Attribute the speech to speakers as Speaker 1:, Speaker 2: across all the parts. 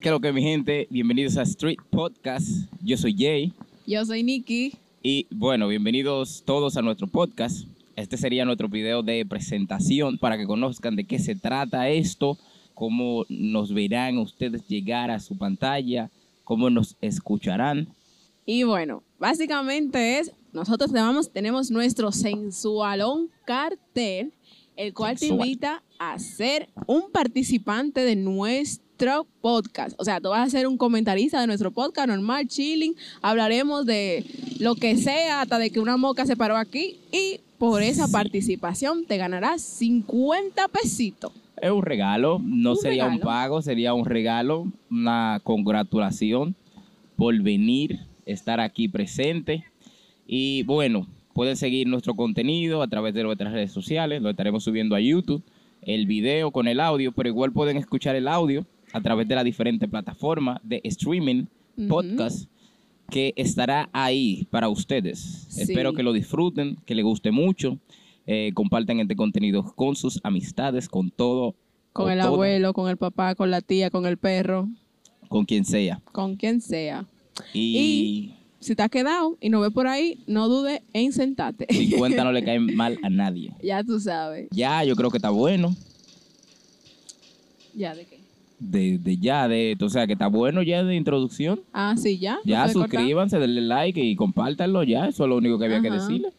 Speaker 1: ¿Qué es lo que mi gente? Bienvenidos a Street Podcast. Yo soy Jay
Speaker 2: Yo soy Nikki.
Speaker 1: y bueno, bienvenidos todos a nuestro podcast. Este sería nuestro video de presentación para que conozcan de qué se trata esto, cómo nos verán ustedes llegar a su pantalla, cómo nos escucharán.
Speaker 2: Y bueno, básicamente es, nosotros tenemos, tenemos nuestro sensualón cartel, el cual
Speaker 1: Sensual.
Speaker 2: te invita a ser un participante de nuestro podcast. O sea, tú vas a ser un comentarista de nuestro podcast normal, chilling. Hablaremos de lo que sea, hasta de que una moca se paró aquí. Y por esa
Speaker 1: Sí.
Speaker 2: participación te ganarás 50 pesitos.
Speaker 1: Es un regalo, no
Speaker 2: Un
Speaker 1: sería un
Speaker 2: regalo.
Speaker 1: pago, sería un regalo, una congratulación por venir, estar aquí presente. Y bueno, pueden seguir nuestro contenido a través de nuestras redes sociales, lo estaremos subiendo a YouTube, el video con el audio, pero igual pueden escuchar el audio a través de las diferentes plataformas de streaming,
Speaker 2: Ujú.
Speaker 1: podcast, que estará ahí para ustedes.
Speaker 2: Sí.
Speaker 1: Espero que lo disfruten, que les guste mucho. Eh, compartan este contenido con sus amistades, con todo.
Speaker 2: Con el
Speaker 1: toda,
Speaker 2: abuelo, con el papá, con la tía, con el perro,
Speaker 1: Con quien sea.
Speaker 2: con quien sea.
Speaker 1: Y,
Speaker 2: si te has quedado y no ves por ahí, no dudes en sentarte.
Speaker 1: 50 no le cae mal a nadie.
Speaker 2: ya tú sabes.
Speaker 1: Ya, yo creo que está bueno.
Speaker 2: ¿Ya de qué?
Speaker 1: De, de ya, de, o sea, que está bueno ya de introducción.
Speaker 2: Ah, sí, ya.
Speaker 1: Ya,
Speaker 2: ¿No puedes cortar?
Speaker 1: suscríbanse, denle like y compártanlo ya. Eso es lo único que había que
Speaker 2: Ajá.
Speaker 1: decirle.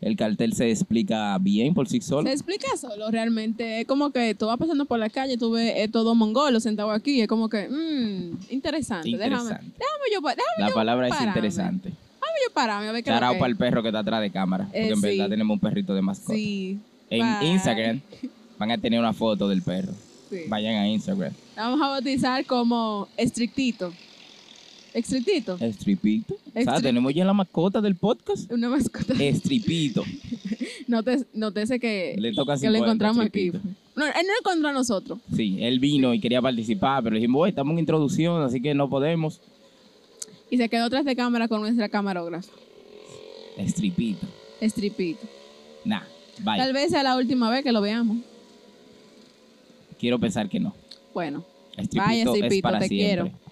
Speaker 1: El cartel se explica bien por sí solo.
Speaker 2: Se explica solo realmente. Es como que tú vas pasando por la calle, tú ves estos dos mongolos sentados aquí. Es como que, mmm, interesante. Déjame,
Speaker 1: Interesante.
Speaker 2: déjame yo, pa- déjame
Speaker 1: La palabra es
Speaker 2: pararme.
Speaker 1: interesante.
Speaker 2: yo pararme a ver qué es lo
Speaker 1: Tarao
Speaker 2: que
Speaker 1: para el perro que está atrás de cámara. Porque
Speaker 2: Eh,
Speaker 1: en verdad
Speaker 2: sí.
Speaker 1: tenemos un perrito de
Speaker 2: es.
Speaker 1: mascota.
Speaker 2: Sí,
Speaker 1: En
Speaker 2: Bye.
Speaker 1: Instagram van a tener una foto del perro.
Speaker 2: sí.
Speaker 1: Vayan a Instagram.
Speaker 2: La Vamos a bautizar como estrictito.
Speaker 1: Eh.
Speaker 2: Estrictito.
Speaker 1: Estripito. O sea,
Speaker 2: Estri-
Speaker 1: tenemos ya la mascota del podcast.
Speaker 2: Una mascota.
Speaker 1: Eh. Estripito.
Speaker 2: No te, no te sé que,
Speaker 1: Le toca eh,
Speaker 2: que lo
Speaker 1: 50,
Speaker 2: encontramos aquí.
Speaker 1: Estripito.
Speaker 2: No, él no encontró a nosotros.
Speaker 1: Sí, él vino y quería participar, pero dijimos, "Oye, estamos en introducción, así que no podemos.
Speaker 2: Y se quedó tras de cámara con nuestra camarógrafa.
Speaker 1: Estripito.
Speaker 2: Estripito.
Speaker 1: Nah,
Speaker 2: Tal
Speaker 1: vaya.
Speaker 2: vez sea la última vez que lo veamos.
Speaker 1: Quiero pensar que no.
Speaker 2: Bueno,
Speaker 1: Estripito
Speaker 2: vaya,
Speaker 1: es
Speaker 2: Estripito,
Speaker 1: para
Speaker 2: te
Speaker 1: siempre.
Speaker 2: quiero.